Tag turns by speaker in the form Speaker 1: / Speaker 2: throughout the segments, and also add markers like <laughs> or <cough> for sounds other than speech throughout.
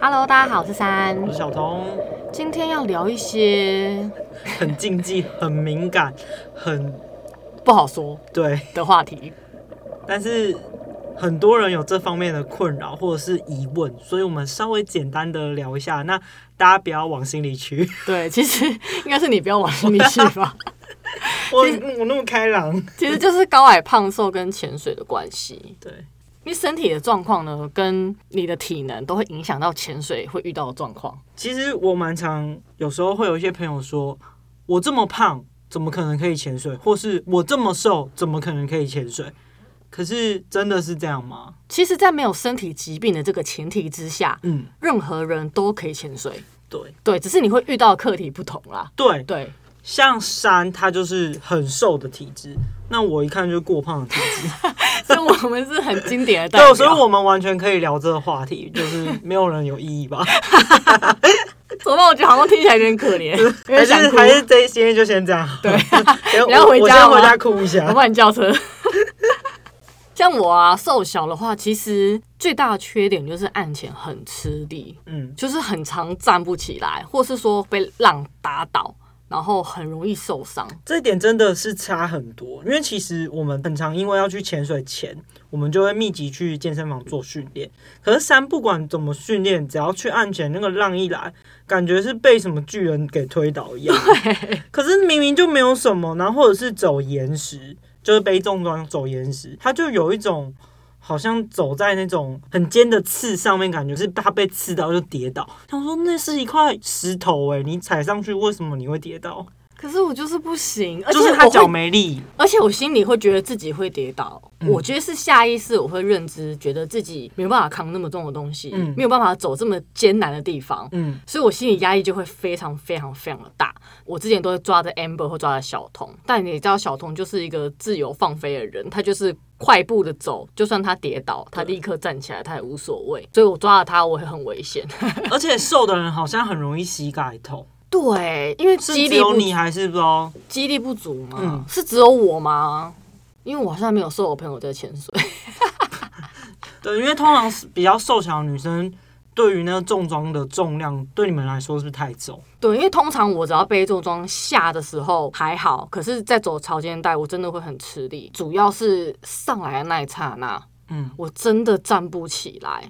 Speaker 1: Hello，大家好，我是三
Speaker 2: 我。是小童，
Speaker 1: 今天要聊一些
Speaker 2: 很禁忌、很敏感、很
Speaker 1: 不好说
Speaker 2: 对，
Speaker 1: 的话题。
Speaker 2: 但是很多人有这方面的困扰或者是疑问，所以我们稍微简单的聊一下。那大家不要往心里 <laughs> 去，
Speaker 1: 对，其实 <laughs> 应该是你不要往心里去
Speaker 2: <laughs>
Speaker 1: 吧。
Speaker 2: 我
Speaker 1: 其实
Speaker 2: 嗯我那么开朗，
Speaker 1: 其实就是高矮胖瘦跟潜水的关系。
Speaker 2: 对
Speaker 1: 因为身体的状况呢，跟你的体能都会影响到潜水会遇到的状况。
Speaker 2: 其实我蛮常有时候会有一些朋友说，我这么胖，怎么可能可以潜水？或是我这么瘦，怎么可能可以潜水？可是真的是这样吗？
Speaker 1: 其实，在没有身体疾病的这个前提之下，
Speaker 2: 嗯，
Speaker 1: 任何人都可以潜水。
Speaker 2: 对
Speaker 1: 对，只是你会遇到的课题不同啦。
Speaker 2: 对，
Speaker 1: 对，
Speaker 2: <laughs> 像山，它就是很瘦的体质，那我一看就是过胖的体质。
Speaker 1: 所以我们是很经典的代表。
Speaker 2: 对，所以我们完全可以聊这个话题，就是没有人有异
Speaker 1: <laughs>
Speaker 2: 议吧？
Speaker 1: 怎么办？我觉得好像听起来有点可怜，有
Speaker 2: <laughs> 还
Speaker 1: 点
Speaker 2: 是
Speaker 1: 想哭。
Speaker 2: 还是这一今天就先这样。对，
Speaker 1: 你要回
Speaker 2: 我
Speaker 1: 家
Speaker 2: <laughs> 先
Speaker 1: 吗
Speaker 2: 回家哭
Speaker 1: <laughs>
Speaker 2: 一
Speaker 1: 我
Speaker 2: 下。
Speaker 1: 帮你叫车。像我啊，瘦小的话，其实最大的缺点就是按前很吃力，
Speaker 2: 嗯，
Speaker 1: 就是很常站不起来，或是说被浪打倒，然后很容易受伤。
Speaker 2: 这一点真的是差很多，因为其实我们很常因为要去潜水前，我们就会密集去健身房做训练。可是山不管怎么训练，只要去岸前那个浪一来，感觉是被什么巨人给推倒一样。可是明明就没有什么，然后或者是走岩石，就是背重装走岩石，它就有一种好像走在那种很尖的刺上面，感觉是它被刺到就跌倒。他说那是一块石头诶、你踩上去为什么你会跌倒？
Speaker 1: 可是我就是不行，而且
Speaker 2: 就是
Speaker 1: 我
Speaker 2: 他脚
Speaker 1: 会，
Speaker 2: 没力。
Speaker 1: 而且我心里会觉得自己会跌倒。
Speaker 2: 嗯
Speaker 1: 我觉得是下意识，我会认知，觉得自己没有办法扛那么重的东西，
Speaker 2: 嗯
Speaker 1: 没有办法走这么艰难的地方。
Speaker 2: 嗯，
Speaker 1: 所以我心理压力就会非常非常非常的大。我之前都会抓着 Amber 或抓着小童，但你知道小童就是一个自由放飞的人，他就是快步的走，就算他跌倒，他立刻站起来，他也无所谓。所以我抓着他，我会很危
Speaker 2: <laughs>
Speaker 1: 险。
Speaker 2: 而且瘦的人好像很容易膝盖痛，
Speaker 1: 对，因为
Speaker 2: 是
Speaker 1: 肌
Speaker 2: 只
Speaker 1: 力
Speaker 2: 有
Speaker 1: 不
Speaker 2: 你还是不知道？
Speaker 1: 肌力不足嘛，
Speaker 2: 嗯
Speaker 1: 是只有我吗？因为我好像没有瘦，我朋友在潜水。 <laughs>
Speaker 2: 对，因为通常是比较瘦小的女生，对于那个重装的重量，对你们来说是不是太重？
Speaker 1: 对，因为通常我只要背重装下的时候还好，可是，在走潮间带，我真的会很吃力，主要是上来的那一刹那，
Speaker 2: 嗯，
Speaker 1: 我真的站不起来。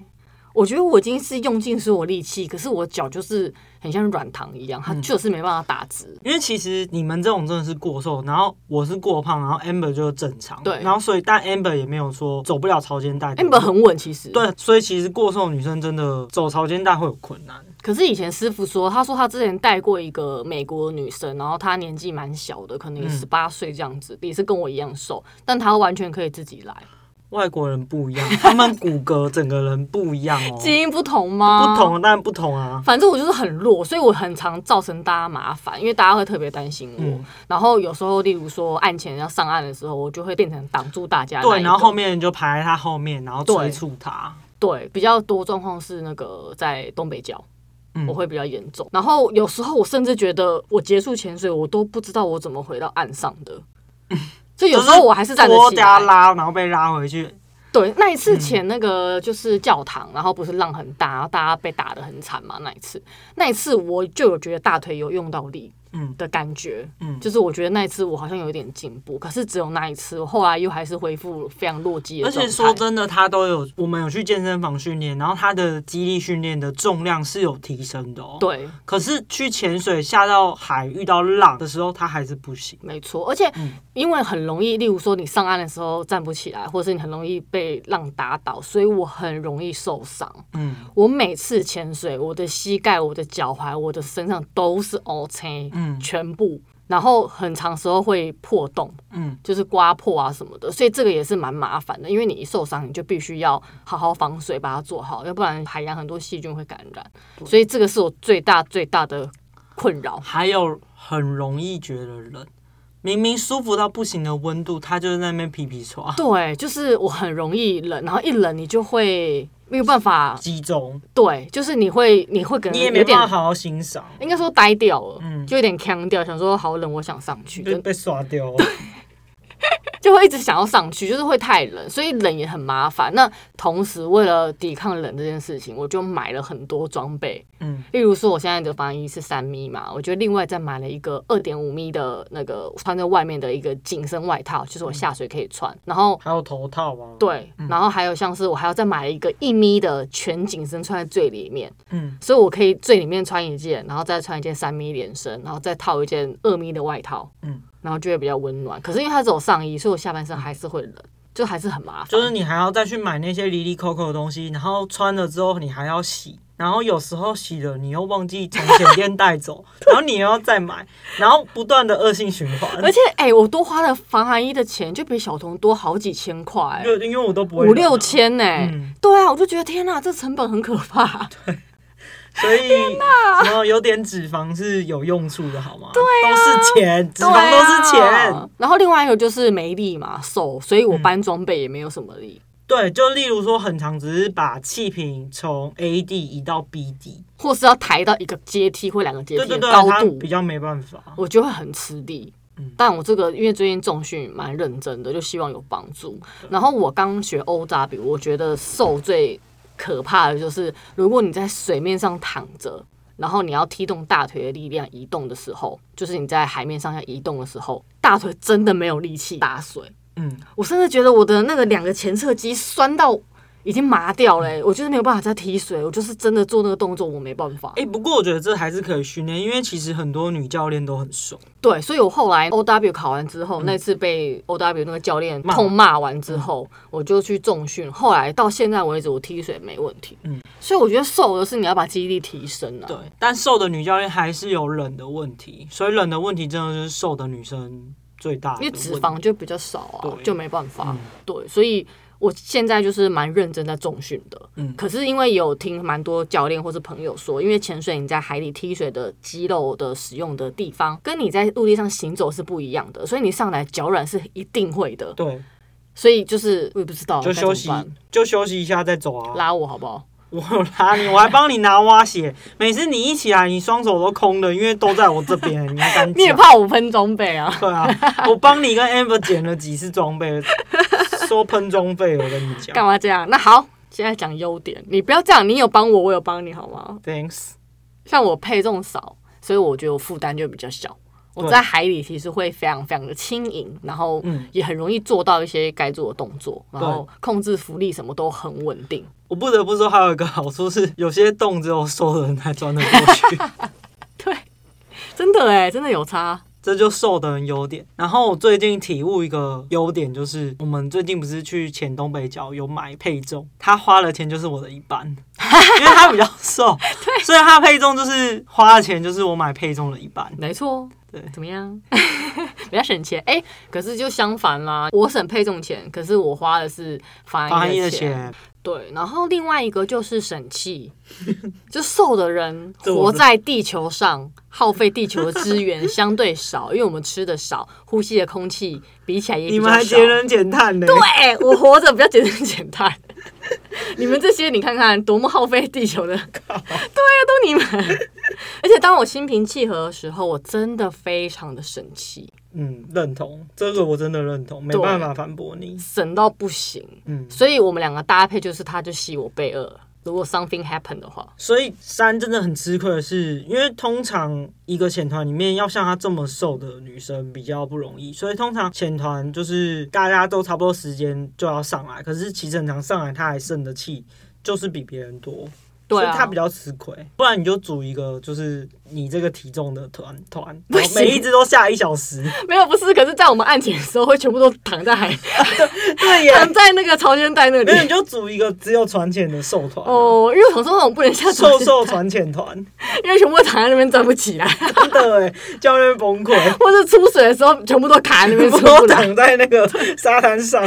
Speaker 1: 我觉得我已经是用尽所有力气，可是我脚就是很像软糖一样，
Speaker 2: 嗯
Speaker 1: 它就是没办法打直。
Speaker 2: 因为其实你们这种真的是过瘦，然后我是过胖，然后 Amber 就是正常，
Speaker 1: 对
Speaker 2: 然后所以但 Amber 也没有说走不了潮间带
Speaker 1: Amber 很稳，其实。。
Speaker 2: 对，所以其实过瘦的女生真的走潮间带会有困难，
Speaker 1: 可是以前师傅说，他说他之前带过一个美国女生，然后她年纪蛮小的，可
Speaker 2: 嗯
Speaker 1: 能十八岁这样子，也是跟我一样瘦，但她完全可以自己来。
Speaker 2: 哦外国人不一样，他们骨骼整个人不一样
Speaker 1: <laughs>
Speaker 2: 哦，
Speaker 1: 基因不同吗？
Speaker 2: 不。同当然不同啊，
Speaker 1: 反正我就是很弱，所以我很常造成大家麻烦，因为大家会特别担心我。
Speaker 2: 嗯
Speaker 1: 然后有时候，例如说案前要上岸的时候，我就会变成挡住大家那一个。
Speaker 2: 对，然后后面就排在他后面，然后
Speaker 1: 对
Speaker 2: 催促他。
Speaker 1: 对，比较多状况是那个在东北角，
Speaker 2: 嗯
Speaker 1: 我会比较严重。然后有时候我甚至觉得我结束潜水，我都不知道我怎么回到岸上
Speaker 2: <laughs>
Speaker 1: 的。就有时候我还是站得
Speaker 2: 拖
Speaker 1: 起
Speaker 2: 加
Speaker 1: 来。
Speaker 2: 拉，嗯然后被拉回去。
Speaker 1: 对，那一次潜那个就是教堂，然后不是浪很大，然后大家被打得很惨嘛。那一次，那一次我就有觉得大腿有用到力
Speaker 2: 嗯
Speaker 1: 的感觉，
Speaker 2: 嗯，
Speaker 1: 就是我觉得那一次我好像有一点进步，可是只有那一次，我后来又还是恢复非常弱鸡的
Speaker 2: 而
Speaker 1: 状态。
Speaker 2: 且说真的，他都有，我们有去健身房训练，然后他的肌力训练的重量是有提升的哦。，
Speaker 1: 对，
Speaker 2: 可是去潜水下到海遇到浪的时候，他还是不行。
Speaker 1: 没错，而且
Speaker 2: 嗯
Speaker 1: 因为很容易，例如说你上岸的时候站不起来，或者是你很容易被浪打倒，所以我很容易受伤。
Speaker 2: 嗯
Speaker 1: 我每次潜水，我的膝盖、我的脚踝、我的身上都是 O K，、
Speaker 2: 嗯
Speaker 1: 全部，然后很长时候会破洞，
Speaker 2: 嗯，
Speaker 1: 就是刮破啊什么的，所以这个也是蛮麻烦的，因为你一受伤，你就必须要好好防水，把它做好，要不然海洋很多细菌会感染，所以这个是我最大最大的困扰。
Speaker 2: 还有很容易觉得冷，明明舒服到不行的温度，他就是在那边皮皮刷。
Speaker 1: 对，就是我很容易冷，然后一冷你就会没有办法，
Speaker 2: <laughs> 集中，
Speaker 1: 对，就是你会你会可
Speaker 2: 你也
Speaker 1: 能有
Speaker 2: 没办法
Speaker 1: 点，
Speaker 2: 好好欣赏，
Speaker 1: 应该说呆掉了，
Speaker 2: 嗯
Speaker 1: 就有点腔掉，想说好冷，我想上去，
Speaker 2: 被
Speaker 1: 就
Speaker 2: 被刷掉哦。
Speaker 1: 就会一直想要上去，就是会太冷，所以冷也很麻烦。那同时为了抵抗冷这件事情，我就买了很多装备，
Speaker 2: 嗯，
Speaker 1: 例如说我现在的防衣是三米嘛，我就另外再买了一个二点五米的那个穿在外面的一个紧身外套，就是我下水可以穿，然后。
Speaker 2: 还有头套啊，，
Speaker 1: 对，然后还有像是我还要再买一个一米的全紧身穿在最里面，
Speaker 2: 嗯，
Speaker 1: 所以我可以最里面穿一件，然后再穿一件三米连身，然后再套一件二米的外套，
Speaker 2: 嗯，
Speaker 1: 然后就会比较温暖。可是因为它只有上衣，所以我下半身还是会
Speaker 2: 嗯
Speaker 1: 冷，就还是很麻烦。
Speaker 2: 就是你还要再去买那些离离扣扣的东西，然后穿了之后你还要洗，然后有时候洗了你又忘记从前店带
Speaker 1: <laughs>
Speaker 2: 走，然后你又要再买，然后不断的恶性循
Speaker 1: 而
Speaker 2: 环。
Speaker 1: <laughs> 且哎、我多花了防寒衣的钱，就比小童多好几千块、
Speaker 2: 就因为我都不会
Speaker 1: 五
Speaker 2: 冷啊
Speaker 1: 六，千呢、
Speaker 2: 嗯
Speaker 1: 对啊，我就觉得天哪、这成本很可怕。
Speaker 2: 所以然后有点脂肪是有用处的，好吗？对、都是钱，脂肪都是
Speaker 1: 啊对
Speaker 2: 钱。
Speaker 1: 啊然后另外一个就是没力嘛，瘦，所
Speaker 2: 嗯
Speaker 1: 以我搬装备也没有什么力，
Speaker 2: 对，就例如说，很长只是把气瓶从 A D 移到 B D，
Speaker 1: 或是要抬到一个阶梯或两个阶
Speaker 2: 对
Speaker 1: 梯
Speaker 2: 对
Speaker 1: 的
Speaker 2: 对，
Speaker 1: 高
Speaker 2: 它
Speaker 1: 度
Speaker 2: 比，较没办法。
Speaker 1: 我就会很吃力
Speaker 2: 嗯。
Speaker 1: 但我这个因为最近重训蛮认真的，就希望有帮助。然后我刚学欧扎比，我觉得瘦最可怕的就是，如果你在水面上躺着，然后你要踢动大腿的力量移动的时候，就是你在海面上要移动的时候，大腿真的没有力气打水。
Speaker 2: 嗯，
Speaker 1: 我甚至觉得我的那个两个前侧肌酸到已经麻掉了欸、我就是没有办法再踢水，我就是真的做那个动作我没办法。
Speaker 2: 哎、不过我觉得这还是可以训练，因为其实很多女教练都很瘦。
Speaker 1: 对，所以我后
Speaker 2: 嗯
Speaker 1: 来 O W 考完之后，那次被 O W 那个教练痛骂完
Speaker 2: 嗯
Speaker 1: 之后，我就去重训。后来到现在为止，我踢水没问题。
Speaker 2: 嗯
Speaker 1: 所以我觉得瘦的是你要把肌力提升啊。
Speaker 2: 对，但瘦的女教练还是有冷的问题，所以冷的问题真的是瘦的女生最大的
Speaker 1: 因为
Speaker 2: 问
Speaker 1: 脂
Speaker 2: 题
Speaker 1: 肪就比较少啊
Speaker 2: 对，
Speaker 1: 就没办法。
Speaker 2: 嗯
Speaker 1: 对，所以我现在就是蛮认真在重训的。
Speaker 2: 嗯
Speaker 1: 可是因为有听蛮多教练或是朋友说，因为潜水你在海里踢水的肌肉的使用的地方，跟你在陆地上行走是不一样的，所以你上来脚软是一定会的。
Speaker 2: 对，
Speaker 1: 所以就是我也不知道
Speaker 2: 就
Speaker 1: 该怎么
Speaker 2: 休息
Speaker 1: 办，
Speaker 2: 就休息一下再走啊。 <laughs>
Speaker 1: 拉我好不好？
Speaker 2: 我有拉你，我还帮你拿蛙鞋。每次你一起来，你双手都空的，因为都在我这边。你还敢
Speaker 1: <laughs> 你也
Speaker 2: 讲？
Speaker 1: 怕我喷装备
Speaker 2: <laughs>
Speaker 1: 啊？
Speaker 2: 对啊，我帮你跟 Amber 捡了几次装备，说喷装备，我跟你
Speaker 1: 干
Speaker 2: 讲。
Speaker 1: 嘛这样？那好，现在讲优点，你不要这样，你有帮我，我有帮你好吗？
Speaker 2: Thanks。
Speaker 1: 像我配重少，所以我觉得我负担就比较小。我
Speaker 2: 对
Speaker 1: 在海里其实会非常非常的轻盈，然后
Speaker 2: 嗯
Speaker 1: 也很容易做到一些该做的动作，然
Speaker 2: 对
Speaker 1: 后控制浮力什么都很稳定。
Speaker 2: 我不得不说，还有一个好处是，有些洞只有瘦的人才钻得过去，
Speaker 1: 对，真的哎，真的有差。
Speaker 2: 这就瘦的人优点。然后我最近体悟一个优点，就是我们最近不是去前东北角有买配重，他花了钱就是我的一
Speaker 1: <laughs>
Speaker 2: 半，因为他比较瘦，所以他配重就是花的钱就是我买配重的一半。
Speaker 1: 没错，
Speaker 2: 对
Speaker 1: 怎么样？ <laughs> 比较省钱，哎、可是就相反啦，我省配重钱，可是我花的是防
Speaker 2: 防
Speaker 1: 寒
Speaker 2: 寒
Speaker 1: 衣
Speaker 2: 衣
Speaker 1: 的
Speaker 2: 的
Speaker 1: 钱。
Speaker 2: 钱，
Speaker 1: 对，然后另外一个就是省
Speaker 2: <laughs>
Speaker 1: 气，就瘦的人
Speaker 2: 这我
Speaker 1: 活
Speaker 2: 是
Speaker 1: 在地球上，耗费地球的资
Speaker 2: <laughs>
Speaker 1: 源相对少，因为我们吃的少，呼吸的空气比起来也比
Speaker 2: 你
Speaker 1: 较
Speaker 2: 们还
Speaker 1: 少
Speaker 2: 节能减碳呢？对，
Speaker 1: 哎、我活着比较简单简单。你们这些，你看看多么耗费地球的，对呀、都你们。而且当我心平气和的时候，我真的非常的生气，
Speaker 2: 嗯，认同这个我真的认同，没
Speaker 1: 对
Speaker 2: 办法反驳你。
Speaker 1: 省到不行。
Speaker 2: 嗯，
Speaker 1: 所以我们两个搭配就是，他就吸我背二。如果 something happen 的话，
Speaker 2: 所以三真的很吃亏的是，因为通常一个潜团里面要像她这么瘦的女生比较不容易，所以通常潜团就是大家都差不多时间就要上来，可是其实很常上来她还剩的气就是比别人多，
Speaker 1: 对
Speaker 2: 所以她
Speaker 1: 啊
Speaker 2: 比，较吃亏。不然你就组一个就是你这个体重的团团，
Speaker 1: <laughs> 不
Speaker 2: 然
Speaker 1: 行
Speaker 2: 后每一只都下一小时，
Speaker 1: <laughs> 没有不是，可是在我们案检的时候，会全部都躺在
Speaker 2: <laughs>
Speaker 1: 海， <laughs>
Speaker 2: 对
Speaker 1: 躺。在那个潮间带那
Speaker 2: 没有，你
Speaker 1: 里。
Speaker 2: 就组一个只有船潜的瘦团啊、
Speaker 1: 哦，因为我想说那种不能下船
Speaker 2: 瘦，瘦船潜团，
Speaker 1: <laughs> 因为全部都躺在那边站不起来， <laughs>
Speaker 2: 真的哎，教练崩溃，
Speaker 1: 或者出水的时候全部都 <laughs> 卡在
Speaker 2: <laughs>
Speaker 1: 那边出不
Speaker 2: 都
Speaker 1: 来。
Speaker 2: 躺在那个沙滩上。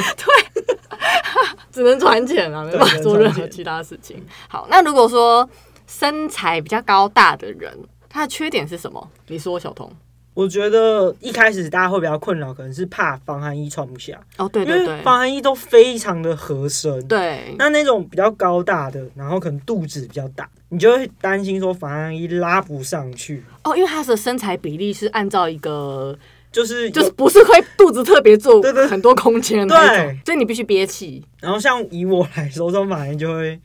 Speaker 1: 只能传钱啊，没办法
Speaker 2: 对
Speaker 1: 做任何
Speaker 2: 只能传简
Speaker 1: 其他事情。好，那如果说身材比较高大的人，他的缺点是什么？你说，小童。
Speaker 2: 我觉得一开始大家会比较困扰，可能是怕防寒衣穿不下，
Speaker 1: 哦，对
Speaker 2: 因
Speaker 1: 对
Speaker 2: 为
Speaker 1: 对，
Speaker 2: 防寒衣都非常的合身。
Speaker 1: 对，
Speaker 2: 那那种比较高大的，然后可能肚子比较大，你就会担心说防寒衣拉不上去，
Speaker 1: 哦，因为他的身材比例是按照一个
Speaker 2: 就是
Speaker 1: 就是
Speaker 2: 有
Speaker 1: 不是会肚子特别做
Speaker 2: 对对
Speaker 1: 很多空间的那种
Speaker 2: 对，
Speaker 1: 所以你必须憋气。
Speaker 2: 然后像以我来说，这种反应就会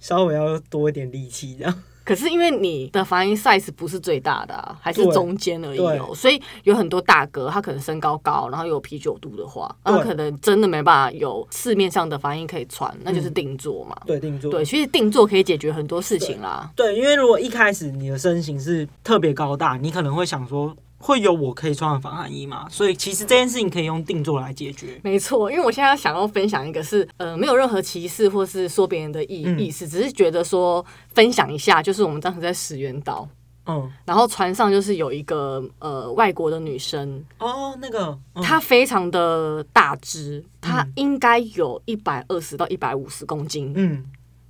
Speaker 2: 稍微要多一点力气这样。
Speaker 1: 可是因为你的反应 size 不是最大的、啊，还是
Speaker 2: 对
Speaker 1: 中间而已哦、
Speaker 2: 对
Speaker 1: 所以有很多大哥，他可能身高高，然后有啤酒肚的话，那
Speaker 2: 对
Speaker 1: 可能真的没办法有市面上的反应可以穿，那就是定做嘛。
Speaker 2: 对，定做。
Speaker 1: 对，其实定做可以解决很多事情啦。
Speaker 2: 嗯对，因为如果一开始你的身形是特别高大，你可能会想说，会有我可以穿的防寒衣吗？所以其实这件事情可以用定做来解决。
Speaker 1: 没错，因为我现在想要分享一个是，呃，没有任何歧视或是说别人的意、
Speaker 2: 嗯
Speaker 1: 意思，只是觉得说分享一下，就是我们当时在石原岛，
Speaker 2: 嗯，
Speaker 1: 然后船上就是有一个呃外国的女生，
Speaker 2: 哦，那个，嗯、
Speaker 1: 她非常的大只，她应该有一百二十到一百五十公斤，
Speaker 2: 嗯，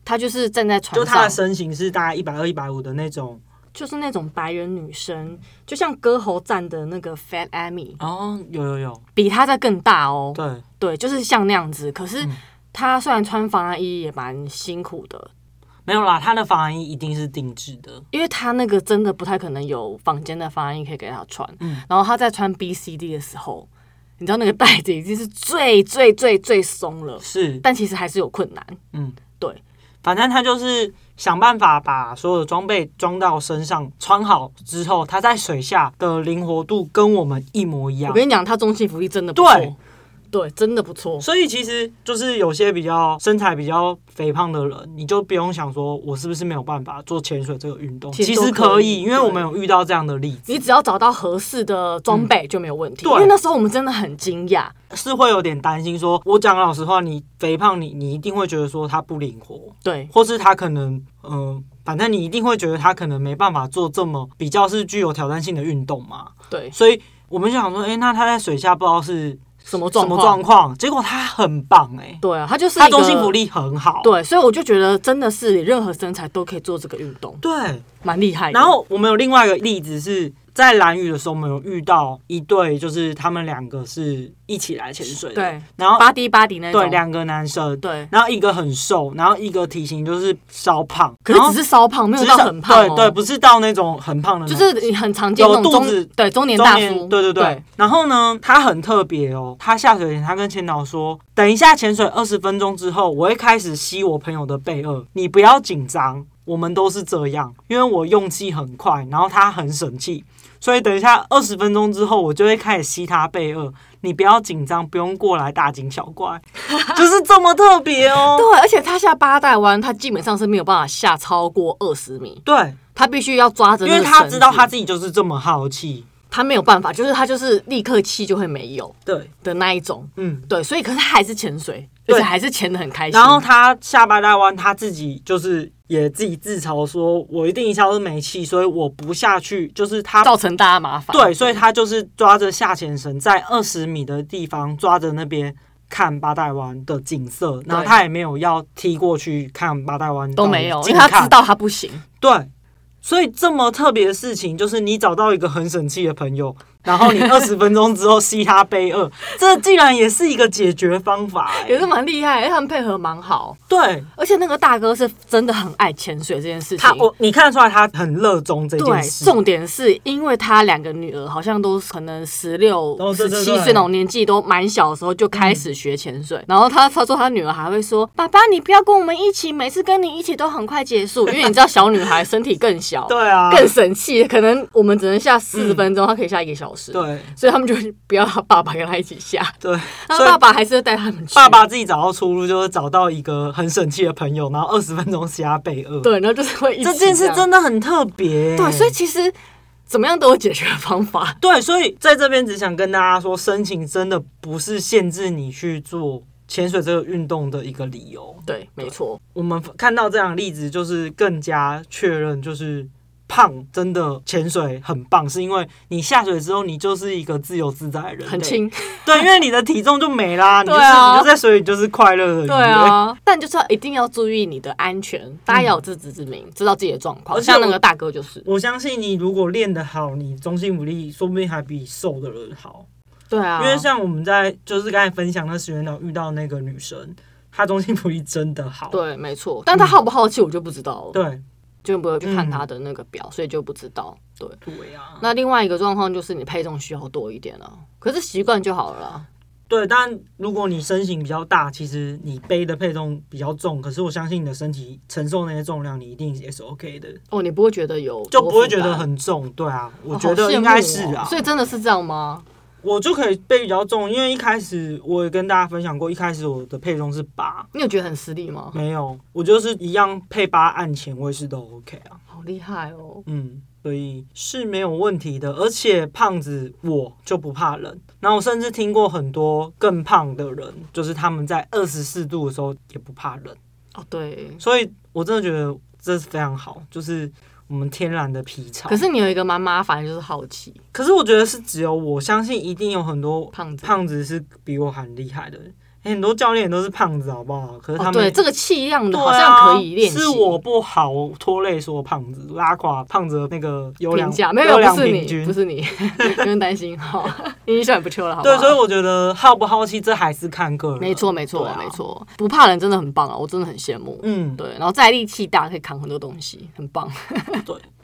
Speaker 1: 她就是站在船
Speaker 2: 就他的
Speaker 1: 上，
Speaker 2: 身形是大概一百二、一百五的那种。
Speaker 1: 就是那种白人女生，就像歌喉站的那个 Fat Amy，
Speaker 2: 哦，有有有，
Speaker 1: 比她在更大哦，
Speaker 2: 对，嗯
Speaker 1: 对，就是像那样子。可是她虽然穿防寒衣也蛮辛苦的，
Speaker 2: 没有啦，他的防寒衣一定是定制的。
Speaker 1: 因为她那个真的不太可能有房间的防寒衣可以给她穿。
Speaker 2: 嗯
Speaker 1: 然后她在穿 B C D 的时候，你知道那个带子已经是最最最最松了，
Speaker 2: 是，
Speaker 1: 但其实还是有困难。
Speaker 2: 嗯，
Speaker 1: 对，
Speaker 2: 反正他就是想办法把所有的装备装到身上，穿好之后，他在水下的灵活度跟我们一模一样
Speaker 1: 我。跟你讲，她中性福利真的不错，
Speaker 2: 对
Speaker 1: 对真的不错。
Speaker 2: 所以其实就是有些比较身材比较肥胖的人，你就不用想说我是不是没有办法做潜水这个运动，
Speaker 1: 其
Speaker 2: 其
Speaker 1: 实都
Speaker 2: 实
Speaker 1: 可
Speaker 2: 可
Speaker 1: 以
Speaker 2: 以，因为
Speaker 1: 对
Speaker 2: 我们有遇到这样的例子，
Speaker 1: 你只要找到合适的装备就没有问题，
Speaker 2: 嗯对
Speaker 1: 因为那时候我们真的很惊讶，
Speaker 2: 是会有点担心说，我讲老实话，你肥胖你你一定会觉得说它不灵活，
Speaker 1: 对，
Speaker 2: 或是它可能嗯、呃反正你一定会觉得它可能没办法做这么比较是具有挑战性的运动嘛，
Speaker 1: 对，
Speaker 2: 所以我们就想说，哎、那他在水下不知道是
Speaker 1: 什么
Speaker 2: 什
Speaker 1: 状
Speaker 2: 么
Speaker 1: 况？
Speaker 2: 状况，结果他很棒哎、
Speaker 1: 对啊，他就是
Speaker 2: 他
Speaker 1: 一个
Speaker 2: 中性浮。力很好，
Speaker 1: 对，所以我就觉得真的是你任何身材都可以做这个运动，
Speaker 2: 对。
Speaker 1: 蛮厉害的。
Speaker 2: 然后我们有另外一个例子是在蓝屿的时候，我们有遇到一对，就是他们两个是一起来潜水的，
Speaker 1: 对，
Speaker 2: 然后
Speaker 1: 巴迪巴迪那种，
Speaker 2: 对两个男生，
Speaker 1: 对
Speaker 2: 然后一个很瘦，然后一个体型就是稍胖，
Speaker 1: 可是
Speaker 2: 然后
Speaker 1: 只是稍胖，没有
Speaker 2: 只
Speaker 1: 到
Speaker 2: 是
Speaker 1: 很胖、
Speaker 2: 对
Speaker 1: 哦，
Speaker 2: 对，不是到那种很胖的那
Speaker 1: 就
Speaker 2: 种，
Speaker 1: 是你很常见那种
Speaker 2: 有肚子
Speaker 1: 中对中年
Speaker 2: 中
Speaker 1: 大
Speaker 2: 年
Speaker 1: 叔，
Speaker 2: 对对对。然后呢，他很特别哦，他下水前他跟潜导说，等一下潜水二十分钟之后，我会开始吸我朋友的背颚，你不要紧张，我们都是这样，因为我用气很快，然后他很省气，所以等一下二十分钟之后，我就会开始吸他背颚。你不要紧张，不用过来大惊小 <laughs> 怪，就是这么特别哦。 <laughs>
Speaker 1: 对，而且他下八代湾，他基本上是没有办法下超过二十米，
Speaker 2: 对，
Speaker 1: 他必须要抓着
Speaker 2: 因
Speaker 1: 那个
Speaker 2: 为
Speaker 1: 绳子，
Speaker 2: 他知道他自己就是这么好奇。
Speaker 1: 他没有办法，就是他就是立刻气就会没有
Speaker 2: 对，
Speaker 1: 的那一种，
Speaker 2: 嗯，
Speaker 1: 对，所以可是他还是潜水，
Speaker 2: 对
Speaker 1: 而且还是潜的很开心。
Speaker 2: 然后他下巴大弯，他自己就是也自己自嘲说：“我一定一下都没气，所以我不下去。”就是他
Speaker 1: 造成大家麻烦，
Speaker 2: 对，所以他就是抓着下潜绳，在二十米的地方抓着那边看八代湾的景色，然后他也没有要踢过去看八代湾，
Speaker 1: 都没有，因
Speaker 2: 近
Speaker 1: 为他
Speaker 2: 看
Speaker 1: 知道他不行，
Speaker 2: 对。所以这么特别的事情，就是你找到一个很省气的朋友，然后你二十分钟之后吸他背
Speaker 1: <laughs>
Speaker 2: 二，这竟然也是一个解决方法、
Speaker 1: 也
Speaker 2: 欸。
Speaker 1: 是蛮厉害，因为他们配合蛮好。
Speaker 2: 对，
Speaker 1: 而且那个大哥是真的很爱潜水这件事情，
Speaker 2: 他我你看得出来他很热衷这件
Speaker 1: 对，
Speaker 2: 事，
Speaker 1: 重点是因为他两个女儿好像都可能十六
Speaker 2: 哦、对
Speaker 1: 十
Speaker 2: 对
Speaker 1: 七
Speaker 2: 对
Speaker 1: 岁那种年纪，都蛮小的时候就开始学潜水。然后他他说他女儿还会
Speaker 2: <laughs>
Speaker 1: 说：“爸爸，你不要跟我们一起，每次跟你一起都很快结束。”因为你知道小女孩身体更小，
Speaker 2: 对啊，
Speaker 1: 更省气，可能我们只能下四十分钟，她可以下一个小时。
Speaker 2: 对
Speaker 1: 所以他们就不要他爸爸跟他一起下，
Speaker 2: 对，
Speaker 1: 那
Speaker 2: <laughs> 所以
Speaker 1: 爸爸还是会带他们去。
Speaker 2: 爸爸自己找到出路，就是找到一个很省气的朋友，然后二十分钟吸他背二，
Speaker 1: 对，然后就是会一起
Speaker 2: 这件事
Speaker 1: 样
Speaker 2: 真的很特别、
Speaker 1: 对，所以。其实怎么样都有解决的方法。
Speaker 2: 对，所以在这边只想跟大家说，申请真的不是限制你去做潜水这个运动的一个理由。
Speaker 1: 对，没错，
Speaker 2: 我们看到这样的例子，就是更加确认，就是胖真的潜水很棒，是因为你下水之后，你就是一个自由自在的人，
Speaker 1: 很轻。
Speaker 2: 对，因为你的体重就没啦，你就是、
Speaker 1: 对啊
Speaker 2: 你就在水里就是快乐的鱼。
Speaker 1: 对，啊，但就是要一定要注意你的安全，大家要有自知之明，知道自己的状况。
Speaker 2: 而且
Speaker 1: 像那
Speaker 2: 我
Speaker 1: 个大哥就是，
Speaker 2: 我相信你如果练得好，你中性武力说不定还比瘦的人好。
Speaker 1: 对啊，
Speaker 2: 因为像我们在就是刚才分享那石原岛遇到那个女生，她中性武力真的好。嗯
Speaker 1: 对，没错，但他好不好奇我就不知道了。
Speaker 2: 对
Speaker 1: 就不会去看它的那个表，所以就不知道。对，
Speaker 2: 对啊，
Speaker 1: 那另外一个状况就是你配重需要多一点啊，可是习惯就好了啊。
Speaker 2: 对，但如果你身形比较大，其实你背的配重比较重，可是我相信你的身体承受那些重量，你一定也是 OK 的，
Speaker 1: 哦，你不会觉得有
Speaker 2: 就
Speaker 1: 多
Speaker 2: 不会觉
Speaker 1: 负
Speaker 2: 得
Speaker 1: 担
Speaker 2: 很重。对啊，我
Speaker 1: 哦
Speaker 2: 觉
Speaker 1: 好
Speaker 2: 得
Speaker 1: 羡
Speaker 2: 应该
Speaker 1: 慕
Speaker 2: 是
Speaker 1: 哦
Speaker 2: 啊，
Speaker 1: 所以真的是这样吗？
Speaker 2: 我就可以背比较重，因为一开始我也跟大家分享过，一开始我的配重是八，
Speaker 1: 你有觉得很吃力吗？
Speaker 2: 没有，我就是一样配八按前位是都 OK 啊，
Speaker 1: 好厉害哦！
Speaker 2: 嗯，所以是没有问题的。而且胖子我就不怕冷，然后我甚至听过很多更胖的人，就是他们在二十四度的时候也不怕冷，
Speaker 1: 哦，对。
Speaker 2: 所以我真的觉得这是非常好，就是我们天然的皮草。
Speaker 1: 可是你有一个蛮麻烦的，就是好奇
Speaker 2: 可是我觉得是只有我相信，一定有很多
Speaker 1: 胖子。
Speaker 2: 胖子是比我还厉害的。欸很多教练也都是胖子，好不好？可是他
Speaker 1: 哦，
Speaker 2: 们、
Speaker 1: 对，这个气量的
Speaker 2: 对
Speaker 1: 好
Speaker 2: 啊
Speaker 1: 像可以练习。
Speaker 2: 是我不好，我拖累说胖子，拉垮胖子的那个优良
Speaker 1: 评价没
Speaker 2: 优
Speaker 1: 有，
Speaker 2: 良
Speaker 1: 不是
Speaker 2: 平
Speaker 1: 你，
Speaker 2: 均
Speaker 1: 不。是你， <laughs> 不用担心。好， <laughs> 你已经算很不错了，好不
Speaker 2: 对，
Speaker 1: 好？
Speaker 2: 所以我觉得好不好气，这还是看个人。
Speaker 1: 没，错，没错，
Speaker 2: 对啊
Speaker 1: 没错，不怕人真的很棒啊，我真的很羡慕。
Speaker 2: 嗯，
Speaker 1: 对，然后再力气大，可以扛很多东西，很棒。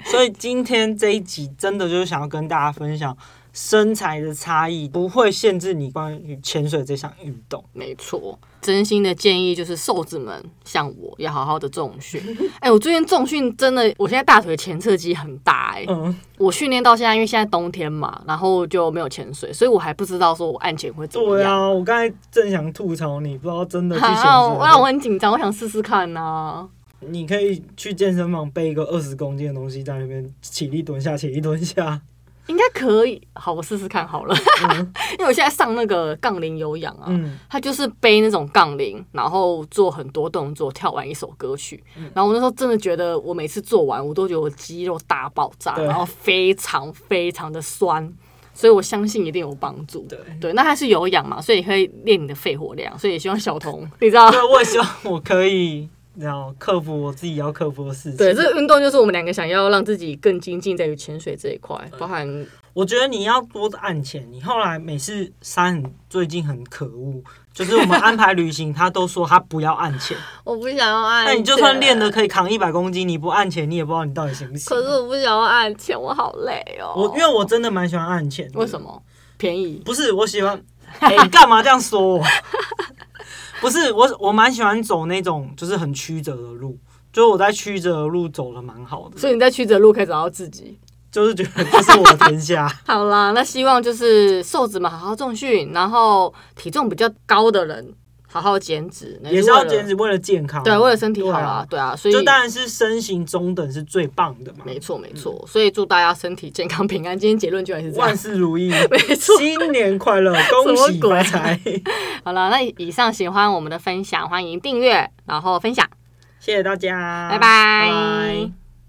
Speaker 2: 所以今天这一集真的就是想要跟大家分享身材的差异不会限制你关于潜水这项运动。
Speaker 1: 没错，真心的建议就是瘦子们，像我要好好的重训。 <laughs> 哎、我最近重训真的，我现在大腿前侧肌很大哎、
Speaker 2: 嗯，
Speaker 1: 我训练到现在，因为现在冬天嘛，然后就没有潜水，所以我还不知道说我按潜会怎么
Speaker 2: 对
Speaker 1: 样。
Speaker 2: 啊，我刚才正想吐槽你，不知道真的去
Speaker 1: <laughs>
Speaker 2: 潜水
Speaker 1: 啊，我让我
Speaker 2: 会。
Speaker 1: 很紧张，我想试试看啊呐、
Speaker 2: 你可以去健身房背一个二十公斤的东西在那边起立蹲下，起立蹲下。
Speaker 1: 应该可以。好，我试试看好了， <laughs> 因为我现在上那个杠铃有氧啊，
Speaker 2: <laughs> 嗯，
Speaker 1: 他就是背那种杠铃，然后做很多动作，跳完一首歌曲。然后我那时候真的觉得，我每次做完，我都觉得我肌肉大爆炸，
Speaker 2: 对
Speaker 1: 然后非常非常的酸，所以我相信一定有帮助。
Speaker 2: 对。
Speaker 1: 对，那还是有氧嘛，所以可以练你的肺活量。所以也希望小 <laughs> 童，你知道，
Speaker 2: 对，我也希望我可以，然后克服我自己要克服的事情。
Speaker 1: 对，这个运动就是我们两个想要让自己更精进在于潜水这一块，包含
Speaker 2: 我觉得你要多按钱。你后来每次三很最近很可恶，就是我们安排旅行，他都说他不要 <laughs> 按钱。啊
Speaker 1: 我不想要啊按
Speaker 2: 那你就算练的可以扛一百公斤，你不按钱，你也不知道你到底行不行。
Speaker 1: 我不想要按钱，我好累哦
Speaker 2: 我因为我真的蛮喜欢按钱。
Speaker 1: 为什
Speaker 2: 么？
Speaker 1: 么便宜？
Speaker 2: 不是我
Speaker 1: <laughs>
Speaker 2: 喜欢，哎、你干嘛这样说我？不是我，我蛮喜欢走那种就是很曲折的路，就是我在曲折的路走的蛮好的，
Speaker 1: 所以你在曲折路可以找到自己。
Speaker 2: 就是觉得这是我的
Speaker 1: <laughs>
Speaker 2: 天下。
Speaker 1: 好啦，那希望就是瘦子们好好重训，然后体重比较高的人好好减脂，
Speaker 2: 也是要
Speaker 1: 为了
Speaker 2: 减脂，为了健康，
Speaker 1: 对，为了身体好啦
Speaker 2: 啊，，
Speaker 1: 对啊，所以
Speaker 2: 就当然是身形中等是最棒的嘛，
Speaker 1: 没错没错，
Speaker 2: 嗯
Speaker 1: 所以祝大家身体健康平安。今天结论居然是这
Speaker 2: 万
Speaker 1: 样，
Speaker 2: 事如
Speaker 1: <laughs>
Speaker 2: 意，
Speaker 1: 没错。
Speaker 2: 新年快乐，恭喜发财，
Speaker 1: 好了，那以上喜欢我们的分享，欢迎订阅，然后分享，
Speaker 2: 谢谢大家，
Speaker 1: 拜拜。
Speaker 2: 拜拜